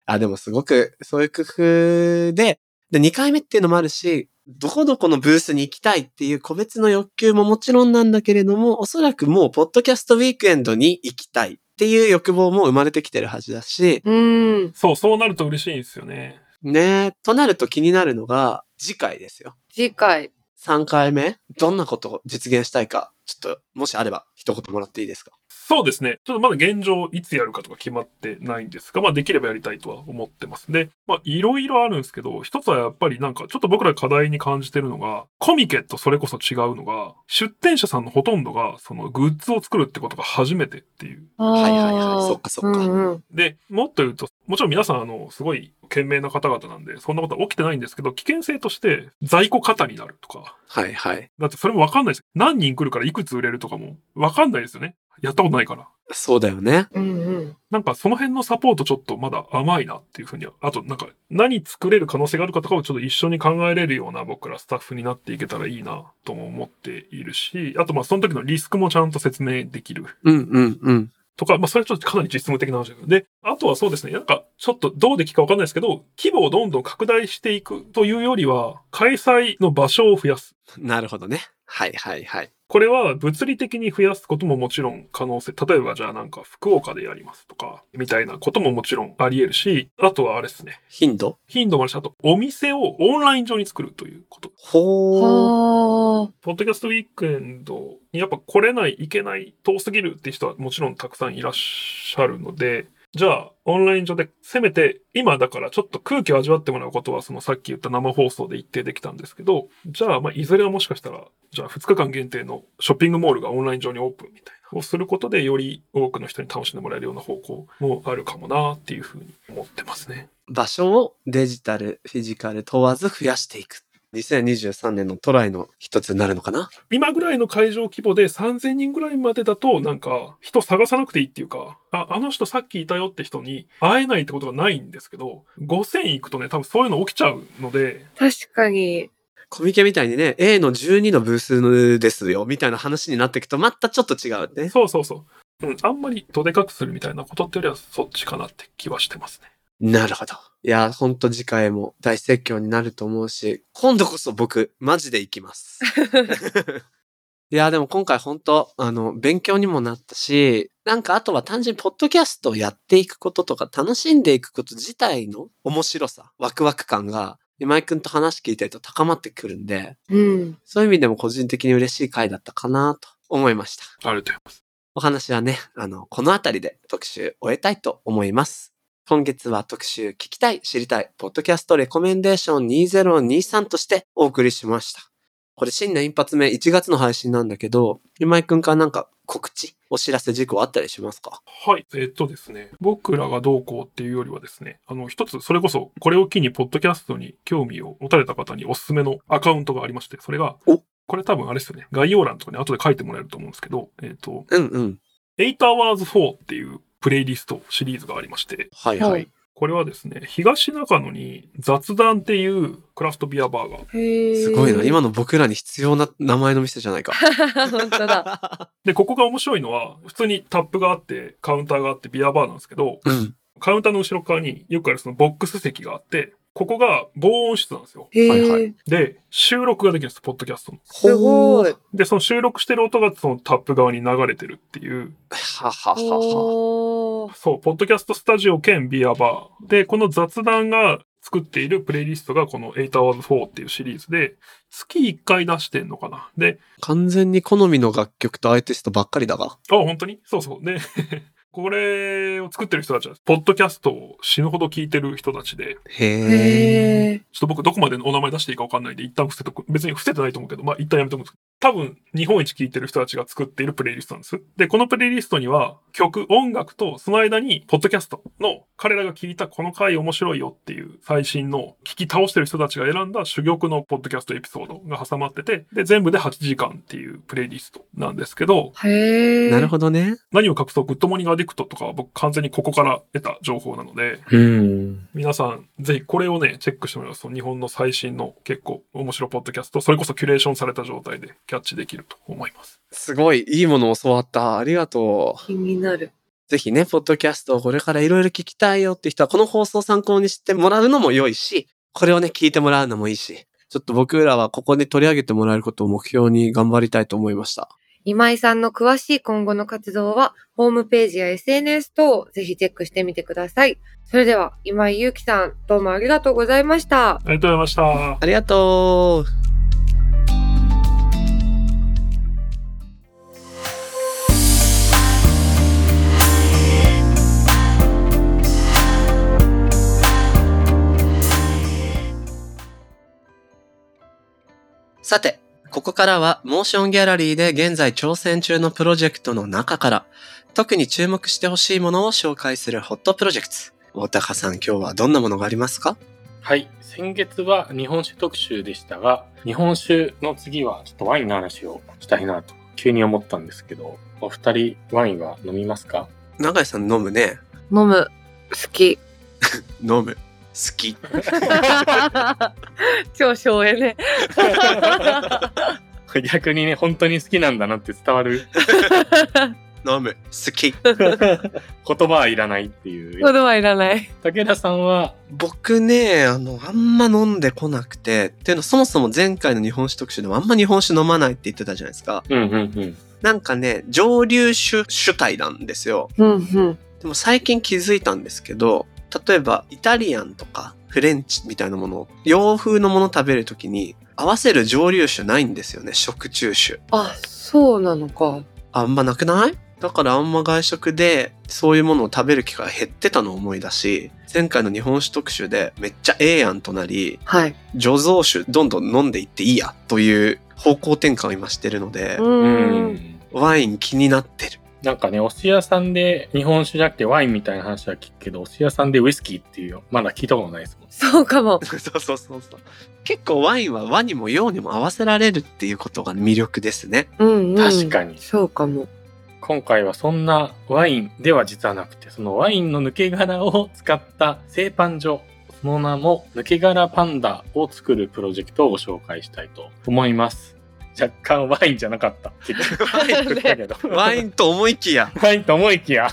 Speaker 1: あ、でもすごく、そういう工夫で、で、2回目っていうのもあるし、どこどこのブースに行きたいっていう個別の欲求ももちろんなんだけれども、おそらくもうポッドキャストウィークエンドに行きたいっていう欲望も生まれてきてるはずだし、
Speaker 2: うん。
Speaker 4: そう、そうなると嬉しいんですよね。
Speaker 1: ねえ、となると気になるのが次回ですよ。
Speaker 2: 次回。
Speaker 1: 3回目、どんなことを実現したいか、ちょっと、もしあれば一言もらっていいですか
Speaker 4: そうですね。ちょっとまだ現状いつやるかとか決まってないんですが、まあできればやりたいとは思ってます。で、まあいろいろあるんですけど、一つはやっぱりなんかちょっと僕ら課題に感じてるのが、コミケとそれこそ違うのが、出店者さんのほとんどがそのグッズを作るってことが初めてっていう。
Speaker 1: はいはいはいそっかそっか
Speaker 2: うんうん、
Speaker 4: で、もっと言うと、もちろん皆さんあの、すごい賢明な方々なんで、そんなことは起きてないんですけど、危険性として在庫型になるとか、
Speaker 1: はいはい。
Speaker 4: だってそれもわかんないです。何人来るからいくつ売れるとかもわかんないですよね。やったことないから。
Speaker 1: そうだよね。
Speaker 2: うんうん。
Speaker 4: なんかその辺のサポートちょっとまだ甘いなっていうふうには、あとなんか何作れる可能性があるかとかをちょっと一緒に考えれるような僕らスタッフになっていけたらいいなとも思っているし、あとまあその時のリスクもちゃんと説明できる
Speaker 1: うんうんうん。
Speaker 4: とか、まあそれはちょっとかなり実務的な話だけど、で、あとはそうですね、なんかちょっとどうできるかわかんないですけど、規模をどんどん拡大していくというよりは、開催の場所を増やす。
Speaker 1: なるほどね。はいはいはい。
Speaker 4: これは物理的に増やすことももちろん可能性。例えばじゃあなんか福岡でやりますとか、みたいなことももちろんあり得るし、あとはあれですね。
Speaker 1: 頻度
Speaker 4: 頻度もあるし、あとお店をオンライン上に作るということ。
Speaker 1: ほー。
Speaker 2: は
Speaker 4: ポッドキャストウィークエンドにやっぱ来れない、行けない、遠すぎるって人はもちろんたくさんいらっしゃるので、じゃあ、オンライン上で、せめて、今だからちょっと空気を味わってもらうことは、そのさっき言った生放送で一定できたんですけど、じゃあ、まあ、いずれはもしかしたら、じゃあ2日間限定のショッピングモールがオンライン上にオープンみたいな。をすることでより多くの人に楽しんでもらえるような方向もあるかもなっていうふうに思ってますね。
Speaker 1: 場所をデジタル、フィジカル問わず増やしていく。2023年のトライの一つになるのかな
Speaker 4: 今ぐらいの会場規模で3000人ぐらいまでだとなんか人探さなくていいっていうか、あ、あの人さっきいたよって人に会えないってことがないんですけど、5000行くとね、多分そういうの起きちゃうので、
Speaker 2: 確かに、
Speaker 1: コミケみたいにね、A の12のブースですよ、みたいな話になっていくとまたちょっと違うね。
Speaker 4: そうそうそう。うん、あんまりどでかくするみたいなことっていうよりはそっちかなって気はしてますね。
Speaker 1: なるほど。いやー、ほんと次回も大説教になると思うし、今度こそ僕、マジで行きます。いやー、でも今回ほんと、あの、勉強にもなったし、なんかあとは単純にポッドキャストをやっていくこととか、楽しんでいくこと自体の面白さ、ワクワク感が、今井くんと話聞いてると高まってくるんで、
Speaker 2: うん。
Speaker 1: そういう意味でも個人的に嬉しい回だったかなと思いました。
Speaker 4: あると思います。
Speaker 1: お話はね、あの、この辺りで特集終えたいと思います。今月は特集聞きたい、知りたい、ポッドキャストレコメンデーション2023としてお送りしました。これ新年一発目1月の配信なんだけど、今井くんからなんか告知、お知らせ事項あったりしますか
Speaker 4: はい。えっとですね、僕らがどうこうっていうよりはですね、あの、一つ、それこそ、これを機に、ポッドキャストに興味を持たれた方におすすめのアカウントがありまして、それが
Speaker 1: お、
Speaker 4: これ多分あれですよね、概要欄とかに後で書いてもらえると思うんですけど、えっと、
Speaker 1: うんうん。
Speaker 4: 8 Hours 4っていうプレイリストシリーズがありまして、
Speaker 1: はいはい。
Speaker 2: はい
Speaker 4: これはですね、東中野に雑談っていうクラフトビアバーが
Speaker 2: へえ。
Speaker 1: すごいな。。今の僕らに必要な名前の店じゃないか。
Speaker 2: 本当だ。
Speaker 4: で、ここが面白いのは、普通にタップがあって、カウンターがあって、ビアバーなんですけど、
Speaker 1: うん。
Speaker 4: カウンターの後ろ側によくあるそのボックス席があって、ここが防音室なんですよ。
Speaker 2: へえ、
Speaker 1: はいはい
Speaker 4: で、収録ができるんです、ポッドキャストの。
Speaker 2: すごい。。
Speaker 4: で、その収録してる音がそのタップ側に流れてるっていう、
Speaker 1: はははは。
Speaker 2: おー
Speaker 4: そう、ポッドキャストスタジオ兼ビアバー。で、この雑談が作っているプレイリストがこの8 Hours 4っていうシリーズで、月1回出してんのかな。で、
Speaker 1: 完全に好みの楽曲とアーティストばっかりだが。
Speaker 4: あ、本当にそうそう。で、 これを作ってる人たちは、ポッドキャストを死ぬほど聞いてる人たちで、
Speaker 1: へえ。
Speaker 2: へえ。
Speaker 4: ちょっと僕どこまでお名前出していいかわかんないんで、一旦伏せとく。別に伏せてないと思うけど、まあ一旦やめとくんですけど。多分、日本一聴いてる人たちが作っているプレイリストなんです。で、このプレイリストには曲、音楽と、その間に、ポッドキャストの彼らが聞いたこの回面白いよっていう最新の聞き倒してる人たちが選んだ珠玉のポッドキャストエピソードが挟まってて、で、全部で8時間っていうプレイリストなんですけど、
Speaker 2: へえ。
Speaker 1: なる
Speaker 2: ど。
Speaker 1: ほどね。
Speaker 4: 何を隠そう、グッドモーニングアディクトとかは僕完全にここから得た情報なので、
Speaker 3: うん。
Speaker 4: 皆さん、ぜひこれをね、チェックしてもらうと、日本の最新の結構面白いポッドキャスト、それこそキュレーションされた状態でキャッチできると思います。
Speaker 1: すごい、いいものを教わった。ありがとう。
Speaker 2: 気になる。
Speaker 1: ぜひね、ポッドキャストをこれからいろいろ聞きたいよって人は、この放送を参考にしてもらうのも良いし、これをね、聞いてもらうのもいいし、ちょっと僕らはここで取り上げてもらえることを目標に頑張りたいと思いました。
Speaker 2: 今井さんの詳しい今後の活動は、ホームページや SNS 等をぜひチェックしてみてください。それでは、今井ゆうきさん、どうもありがとうございました。
Speaker 4: ありがとうございました。
Speaker 1: ありがとうさて、ここからはモーションギャラリーで現在挑戦中のプロジェクトの中から特に注目してほしいものを紹介するホットプロジェクト。大高さん、今日はどんなものがありますか
Speaker 3: はい。先月は日本酒特集でしたが、日本酒の次はちょっとワインの話をしたいなと、急に思ったんですけど、お二人ワインは飲みますか
Speaker 1: 永井さん飲むね。
Speaker 2: 飲む。好き。
Speaker 1: 飲む。好き。
Speaker 2: 超省エネ。
Speaker 3: 逆にね、本当に好きなんだなって伝わ る
Speaker 1: 飲む。好き。
Speaker 3: 言葉はいらないっていう。
Speaker 2: 言はいらない。
Speaker 3: 武田さんは、
Speaker 1: 僕ね、あの、あんま飲んでこなくて、っていうのはそもそも前回の日本酒特集でもあんま日本酒飲まないって言ってたじゃないですか。
Speaker 3: うんうんうん。
Speaker 1: なんかね、蒸留酒主体なんですよ。
Speaker 2: うんうん。
Speaker 1: でも最近気づいたんですけど、例えばイタリアンとかフレンチみたいなもの、洋風のもの食べるときに合わせる蒸留酒ないんですよね、食中酒。
Speaker 2: あ、そうなのか。
Speaker 1: あんまなくないだからあんま外食でそういうものを食べる機会が減ってたのを思い出し、前回の日本酒特集でめっちゃええやんとなり、
Speaker 2: はい。
Speaker 1: 醸造酒どんどん飲んでいっていいやという方向転換を今してるので、
Speaker 2: うん。。
Speaker 1: ワイン気になってる。
Speaker 3: なんかね、お寿司屋さんで日本酒じゃなくてワインみたいな話は聞くけど、お寿司屋さんでウイスキーっていうよ、まだ聞いたことないですもん。
Speaker 2: そうかも。
Speaker 1: そうそうそうそう。結構ワインは和にも洋にも合わせられるっていうことが魅力です ね。
Speaker 2: うん、うん。
Speaker 3: 確かに
Speaker 2: そうかも。
Speaker 3: 今回はそんなワインでは実はなくて、そのワインの抜け殻を使った製パン所、その名も抜け殻パンダを作るプロジェクトをご紹介したいと思います。若干ワインじゃなかった。結局
Speaker 1: ワイン
Speaker 3: 作ったけど。
Speaker 1: ワインと思いきや。
Speaker 3: ワインと思いきや。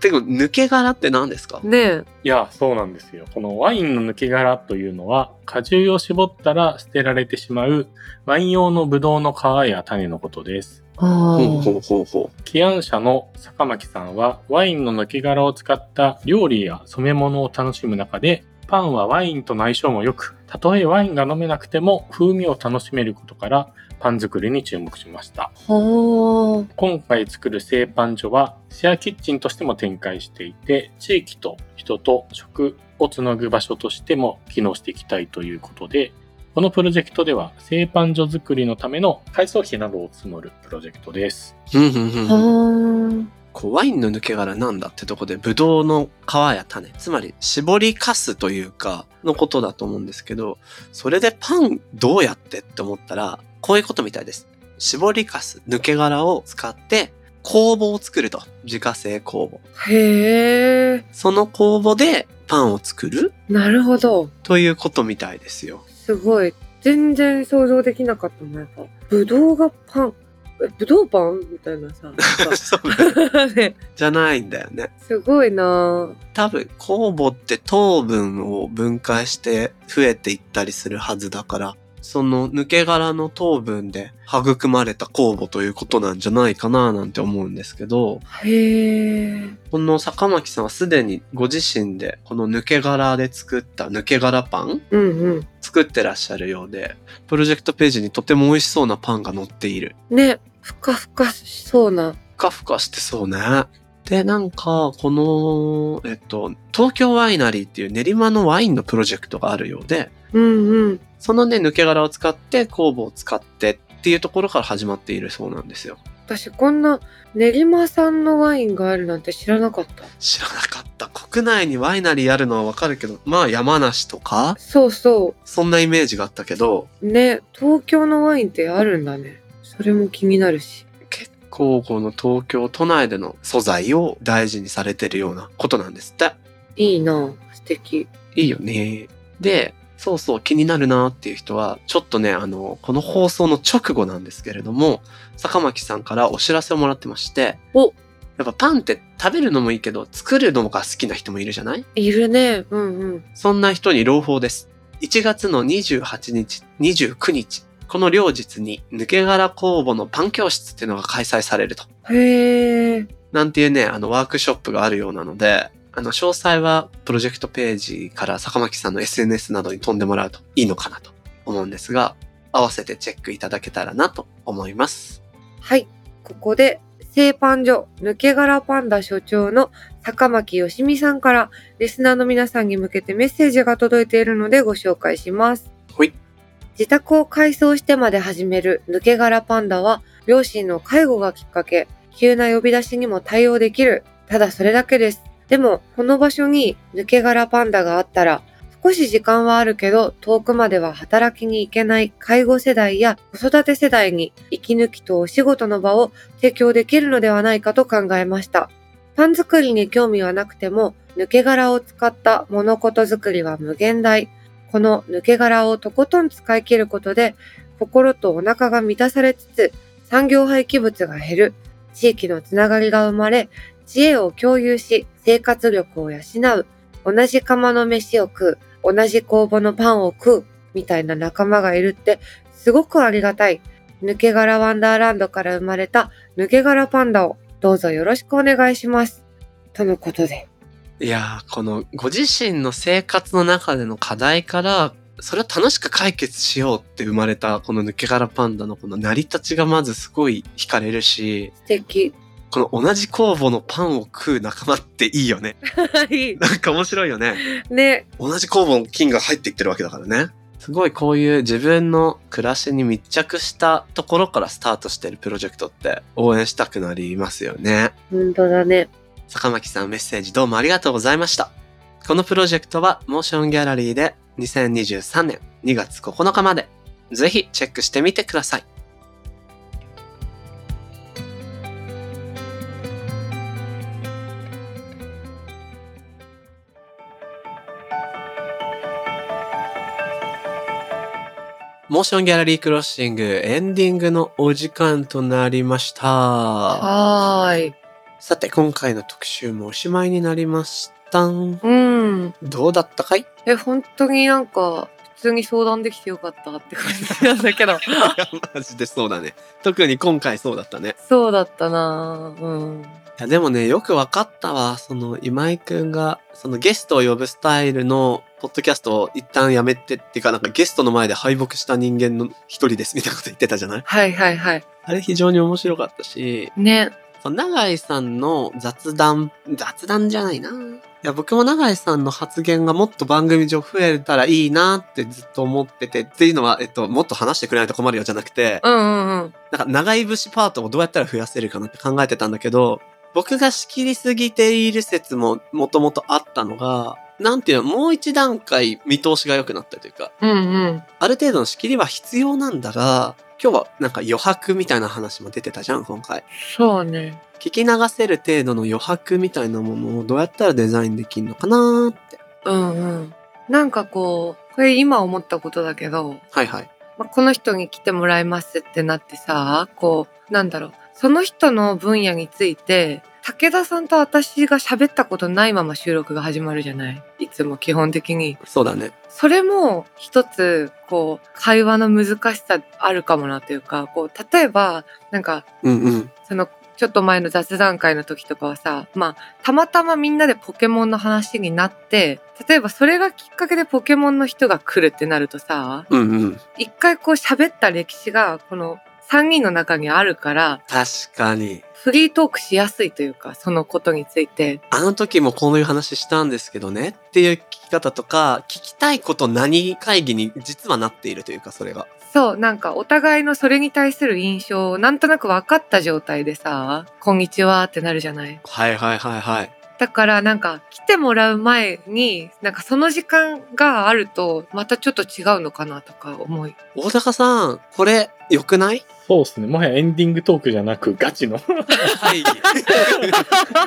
Speaker 1: てか、抜け殻って何ですか
Speaker 2: ねえ。
Speaker 3: いや、そうなんですよ。このワインの抜け殻というのは、果汁を絞ったら捨てられてしまう、ワイン用のブドウの皮や種のことです。
Speaker 2: あ
Speaker 1: ほう
Speaker 2: あ。
Speaker 1: ほうほうほ
Speaker 3: 起案者の坂巻さんはワインの抜け殻を使った料理や染め物を楽しむ中でパンはワインとの相性も良くたとえワインが飲めなくても風味を楽しめることからパン作りに注目しました
Speaker 2: ほう。
Speaker 3: 今回作る製パン所はシェアキッチンとしても展開していて地域と人と食をつなぐ場所としても機能していきたいということでこのプロジェクトでは製パン所作りのための改装費などを募るプロジェクトです
Speaker 1: う。うんうんうん。
Speaker 2: ほう。
Speaker 1: こうワインの抜け殻なんだってとこで、ブドウの皮や種、つまり絞りかすというか、のことだと思うんですけど、それでパンどうやってって思ったら、こういうことみたいです。絞りかす、抜け殻を使って、酵母を作ると。自家製酵母。
Speaker 2: へえ。
Speaker 1: その酵母でパンを作る
Speaker 2: なるほど。
Speaker 1: ということみたいですよ。
Speaker 2: すごい。全然想像できなかったもん、やっぱ。ぶどうがパン。え、ぶどうパンみたいなさ。なん か
Speaker 1: そうね
Speaker 2: ね
Speaker 1: じゃないんだよね。
Speaker 2: すごいな
Speaker 1: 多分酵母って糖分を分解して増えていったりするはずだからその抜け殻の糖分で育まれた酵母ということなんじゃないかななんて思うんですけど
Speaker 2: ぁへえ。
Speaker 1: この坂巻さんはすでにご自身でこの抜け殻で作った抜け殻パン
Speaker 2: うんうん。
Speaker 1: 作ってらっしゃるようでプロジェクトページにとても美味しそうなパンが載っている
Speaker 2: ね、ふかふかしそうな。
Speaker 1: ふかふかしてそうね。で、なんか、この、えっと、東京ワイナリーっていう練馬のワインのプロジェクトがあるようで、
Speaker 2: うんうん。
Speaker 1: そのね、抜け殻を使って、酵母を使ってっていうところから始まっているそうなんですよ。
Speaker 2: 私、こんな練馬産のワインがあるなんて知らなかった。
Speaker 1: 知らなかった。国内にワイナリーあるのはわかるけど、まあ山梨とか、
Speaker 2: そうそ
Speaker 1: そんなイメージがあったけど、
Speaker 2: う。ね、東京のワインってあるんだね。それも気になるし。
Speaker 1: 結構この東京都内での素材を大事にされてるようなことなんですって。
Speaker 2: いいなぁ素敵。
Speaker 1: いいよね。で、そうそう気になるなっていう人は、ちょっとね、あの、この放送の直後なんですけれども、坂巻さんからお知らせをもらってまして、
Speaker 2: お
Speaker 1: やっぱパンって食べるのもいいけど、作るのが好きな人もいるじゃない
Speaker 2: いるね。うんうん。
Speaker 1: そんな人に朗報です。1月の28日、29日、この両日に抜け殻工房のパン教室っていうのが開催されると。
Speaker 2: へえ。
Speaker 1: なんていうね、あの、ワークショップがあるようなので、あの、詳細はプロジェクトページから坂巻さんの SNS などに飛んでもらうといいのかなと思うんですが、合わせてチェックいただけたらなと思います。
Speaker 2: はい。ここで、製パン所、抜け殻パンダ所長の坂巻よしみさんから、リスナーの皆さんに向けてメッセージが届いているのでご紹介します。
Speaker 1: ほい。
Speaker 2: 自宅を改装してまで始める抜け殻パンダは、両親の介護がきっかけ、急な呼び出しにも対応できる。ただそれだけです。でも、この場所に抜け殻パンダがあったら、少し時間はあるけど、遠くまでは働きに行けない介護世代や子育て世代に息抜きとお仕事の場を提供できるのではないかと考えました。パン作りに興味はなくても、抜け殻を使った物事作りは無限大。この抜け殻をとことん使い切ることで、心とお腹が満たされつつ、産業廃棄物が減る。地域のつながりが生まれ、知恵を共有し、生活力を養う。同じ釜の飯を食う。同じ工房のパンを食う。みたいな仲間がいるって、すごくありがたい。抜け殻ワンダーランドから生まれた抜け殻パンダをどうぞよろしくお願いします。とのことで。
Speaker 1: いやー、このご自身の生活の中での課題から、それを楽しく解決しようって生まれたこの抜け殻パンダのこの成り立ちがまずすごい惹かれるし、
Speaker 2: 素敵。
Speaker 1: この同じ工房のパンを食う仲間っていいよね。
Speaker 2: はい。
Speaker 1: なんか面白いよね。
Speaker 2: ね。
Speaker 1: 同じ酵母の菌が入ってきてるわけだからね。すごいこういう自分の暮らしに密着したところからスタートしてるプロジェクトって応援したくなりますよね。
Speaker 2: 本当だね。
Speaker 1: 坂巻さんメッセージどうもありがとうございました。このプロジェクトはモーションギャラリーで2023年2月9日までぜひチェックしてみてください。モーションギャラリークロッシングエンディングのお時間となりました。
Speaker 2: はーい。
Speaker 1: さて、今回の特集もおしまいになりました。
Speaker 2: うん。
Speaker 1: どうだったかい
Speaker 2: え、本当になんか、普通に相談できてよかったって感じなんだけ ど。
Speaker 1: マジでそうだね。特に今回そうだったね。
Speaker 2: そうだったなぁう
Speaker 1: い
Speaker 2: ん。
Speaker 1: や、でもね、よくわかったわ。その、今井くんが、そのゲストを呼ぶスタイルの、ポッドキャストを一旦やめてっていうか、なんかゲストの前で敗北した人間の一人ですみたいなこと言ってたじゃない
Speaker 2: はいはいはい。
Speaker 1: あれ非常に面白かったし、
Speaker 2: ね。
Speaker 1: その永井さんの雑談、雑談じゃないな。いや、僕も永井さんの発言がもっと番組上増えたらいいなってずっと思ってて、っていうのは、えっと、もっと話してくれないと困るよじゃなくて、
Speaker 2: うんうんうん。
Speaker 1: なんか長い節パートをどうやったら増やせるかなって考えてたんだけど、僕が仕切りすぎている説ももともとあったのが、なんていうの、もう一段階見通しが良くなったというか、
Speaker 2: うんうん。
Speaker 1: ある程度の仕切りは必要なんだが、今日はなんか余白みたいな話も出てたじゃん、今回。
Speaker 2: そうね。
Speaker 1: 聞き流せる程度の余白みたいなものをどうやったらデザインできるのかなーって。
Speaker 2: うんうん。なんかこう、これ今思ったことだけど、
Speaker 1: はいはい。
Speaker 2: まあ、この人に来てもらいますってなってさ、こう、なんだろう、その人の分野について、武田さんと私が喋ったことないまま収録が始まるじゃないいつも基本的に。
Speaker 1: そうだね。
Speaker 2: それも一つ、こう、会話の難しさあるかもなというか、こう、例えば、なんか、
Speaker 1: うんうん。
Speaker 2: その、ちょっと前の雑談会の時とかはさ、まあ、たまたまみんなでポケモンの話になって、例えばそれがきっかけでポケモンの人が来るってなるとさ、
Speaker 1: うんうん。
Speaker 2: 一回こう喋った歴史が、この3人の中にあるから、
Speaker 1: 確かに。
Speaker 2: フリートークしやすいというか、そのことについて。
Speaker 1: あの時もこういう話したんですけどねっていう聞き方とか、聞きたいこと何会議に実はなっているというか、それが。
Speaker 2: そう、なんかお互いのそれに対する印象をなんとなく分かった状態でさ、こんにちはってなるじゃない。
Speaker 1: はいはいはいはい。
Speaker 2: だからなんか来てもらう前に、なんかその時間があると、またちょっと違うのかなとか思い。
Speaker 1: 大高さん、これ、良くない
Speaker 3: そうですね。もはやエンディングトークじゃなく、ガチの
Speaker 1: 会議。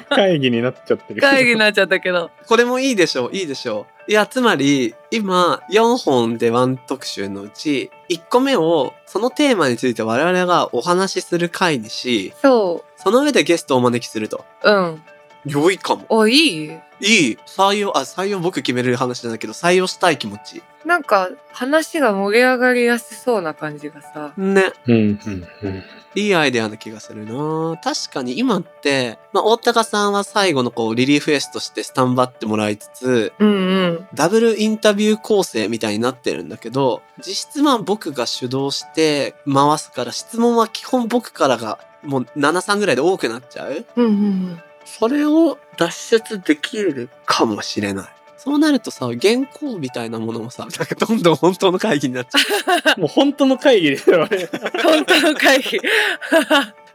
Speaker 3: 会議になっちゃってる。
Speaker 2: 会議になっちゃったけど。
Speaker 1: これもいいでしょう、いいでしょう。いや、つまり、今、4本でワン特集のうち、1個目を、そのテーマについて我々がお話しする回にし、
Speaker 2: そ
Speaker 1: その上でゲストをお招きすると。
Speaker 2: う。うん。
Speaker 1: 良いかも。
Speaker 2: お、いい
Speaker 1: いい。採用、あ、採用僕決める話じゃないけど、採用したい気持ち。
Speaker 2: なんか話が盛り上がりやすそうな感じがさ。
Speaker 1: ね。
Speaker 3: うん、うん、うん。
Speaker 1: いいアイデアな気がするな確かに今って、まあ、大高さんは最後のこう、リリーフエースとしてスタンバってもらいつつ、
Speaker 2: うんうん。
Speaker 1: ダブルインタビュー構成みたいになってるんだけど、実質まあ僕が主導して回すから、質問は基本僕からがもう7、3ぐらいで多くなっちゃう
Speaker 2: うんうんうん。
Speaker 1: それを脱出できるかもしれない。そうなるとさ、原稿みたいなものもさ、なんかどんどん本当の会議になっちゃう
Speaker 3: もう本当の会議ですよ、あれ。
Speaker 2: 本当の会議。
Speaker 1: い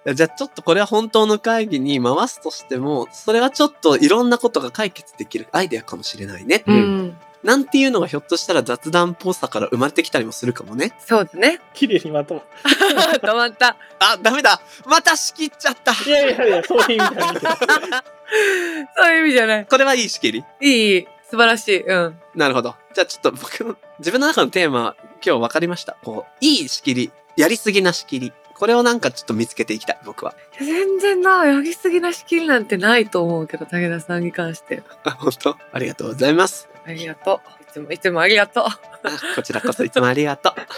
Speaker 1: やじゃあちょっとこれは本当の会議に回すとしても、それはちょっといろんなことが解決できるアイデアかもしれないね。
Speaker 2: う
Speaker 3: うんん。
Speaker 1: なんていうのがひょっとしたら雑談っぽさから生まれてきたりもするかもね。
Speaker 2: そうだね。
Speaker 3: 綺麗にまとまっ
Speaker 2: 止まった。
Speaker 1: あ、ダメだまた仕切っちゃった
Speaker 3: いやいやいや、そういう意味じゃない けど。
Speaker 2: そういう意味じゃない。
Speaker 1: これはいい仕切り
Speaker 2: いい。素晴らしい。うん。
Speaker 1: なるほど。じゃあちょっと僕の、自分の中のテーマ、今日分かりました。こう、いい仕切り、やりすぎな仕切り。これをなんかちょっと見つけていきたい、僕は。
Speaker 2: 全然な、やりすぎな仕切りなんてないと思うけど、武田さんに関して。
Speaker 1: あ本当ありがとうございます。
Speaker 2: ありがとう。いつも、いつもありがとう。
Speaker 1: あこちらこそいつもありがとう。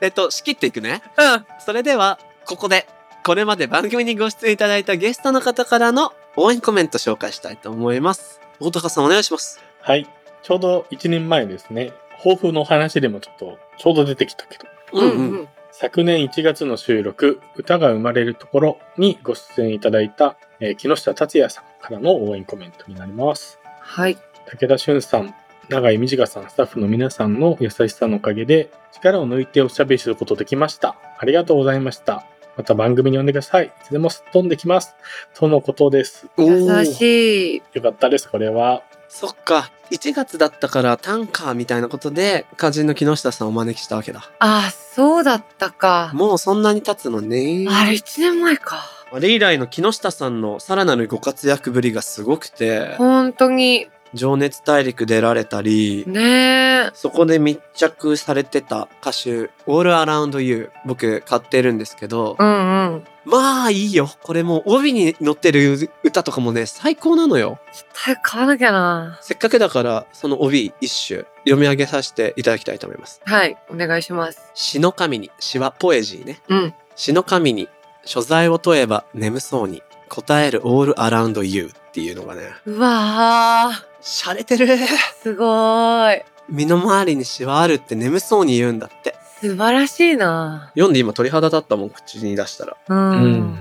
Speaker 1: えっと、仕切っていくね。
Speaker 2: うん。
Speaker 1: それでは、ここで、これまで番組にご出演いただいたゲストの方からの応援コメント紹介したいと思います。大高さんお願いします。
Speaker 3: はい。ちょうど1年前ですね。抱負のお話でもちょっと、ちょうど出てきたけど。
Speaker 1: うんうん。
Speaker 2: うん。
Speaker 3: 昨年1月の収録、歌が生まれるところにご出演いただいた、えー木下達也さんからの応援コメントになります。
Speaker 2: はい。
Speaker 3: 武田俊さん、長井短さん、スタッフの皆さんの優しさのおかげで、力を抜いておしゃべりすることできました。ありがとうございました。また番組に呼んでください。いつでもすっ飛んできます。とのことです。
Speaker 2: 優
Speaker 1: い。
Speaker 2: しい。
Speaker 3: よかったです、これは。
Speaker 1: そっか。1月だったから短歌みたいなことで、歌人の木下さんをお招きしたわけだ。
Speaker 2: あ、そうだったか。
Speaker 1: もうそんなに経つのね。
Speaker 2: あれ、一年前か。
Speaker 1: あれ以来の木下さんのさらなるご活躍ぶりがすごくて、
Speaker 2: 本当に。
Speaker 1: 情熱大陸出られたり、
Speaker 2: ねえ。
Speaker 1: そこで密着されてた歌手、All Around You、僕買ってるんですけど
Speaker 2: う、んうん。
Speaker 1: まあいいよ。これもう帯に載ってる歌とかもね、最高なのよ。
Speaker 2: 絶対買わなきゃな。
Speaker 1: せっかくだから、その帯一首読み上げさせていただきたいと思います。
Speaker 2: はい、お願いします。
Speaker 1: 詩の神に、詩はポエジーね。
Speaker 2: うん。
Speaker 1: 詩の神に、所在を問えば眠そうに、答える All Around You っていうのがね、
Speaker 2: うわー、
Speaker 1: 洒落てる。
Speaker 2: すごーい。
Speaker 1: 身の回りにシワあるって眠そうに言うんだって。
Speaker 2: 素晴らしいな。
Speaker 1: 読んで今鳥肌立ったもん、口に出したら。
Speaker 2: うん。
Speaker 3: うん。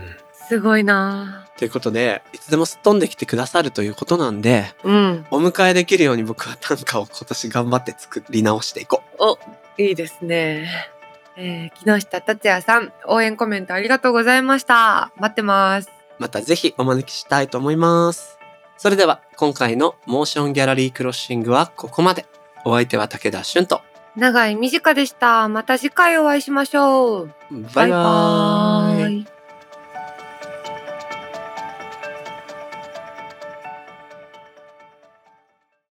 Speaker 2: すごいな。
Speaker 1: ということで、いつでもすっ飛んできてくださるということなんで、
Speaker 2: うん。
Speaker 1: お迎えできるように僕は短歌を今年頑張って作り直していこう。
Speaker 2: いいですね。えー、木下達也さん、応援コメントありがとうございました。待ってます。
Speaker 1: またぜひお招きしたいと思います。それでは、今回のモーションギャラリークロッシングはここまで。お相手は武田俊と。
Speaker 2: 長井美佳でした。また次回お会いしましょう。
Speaker 1: バイバーイ。
Speaker 2: イ。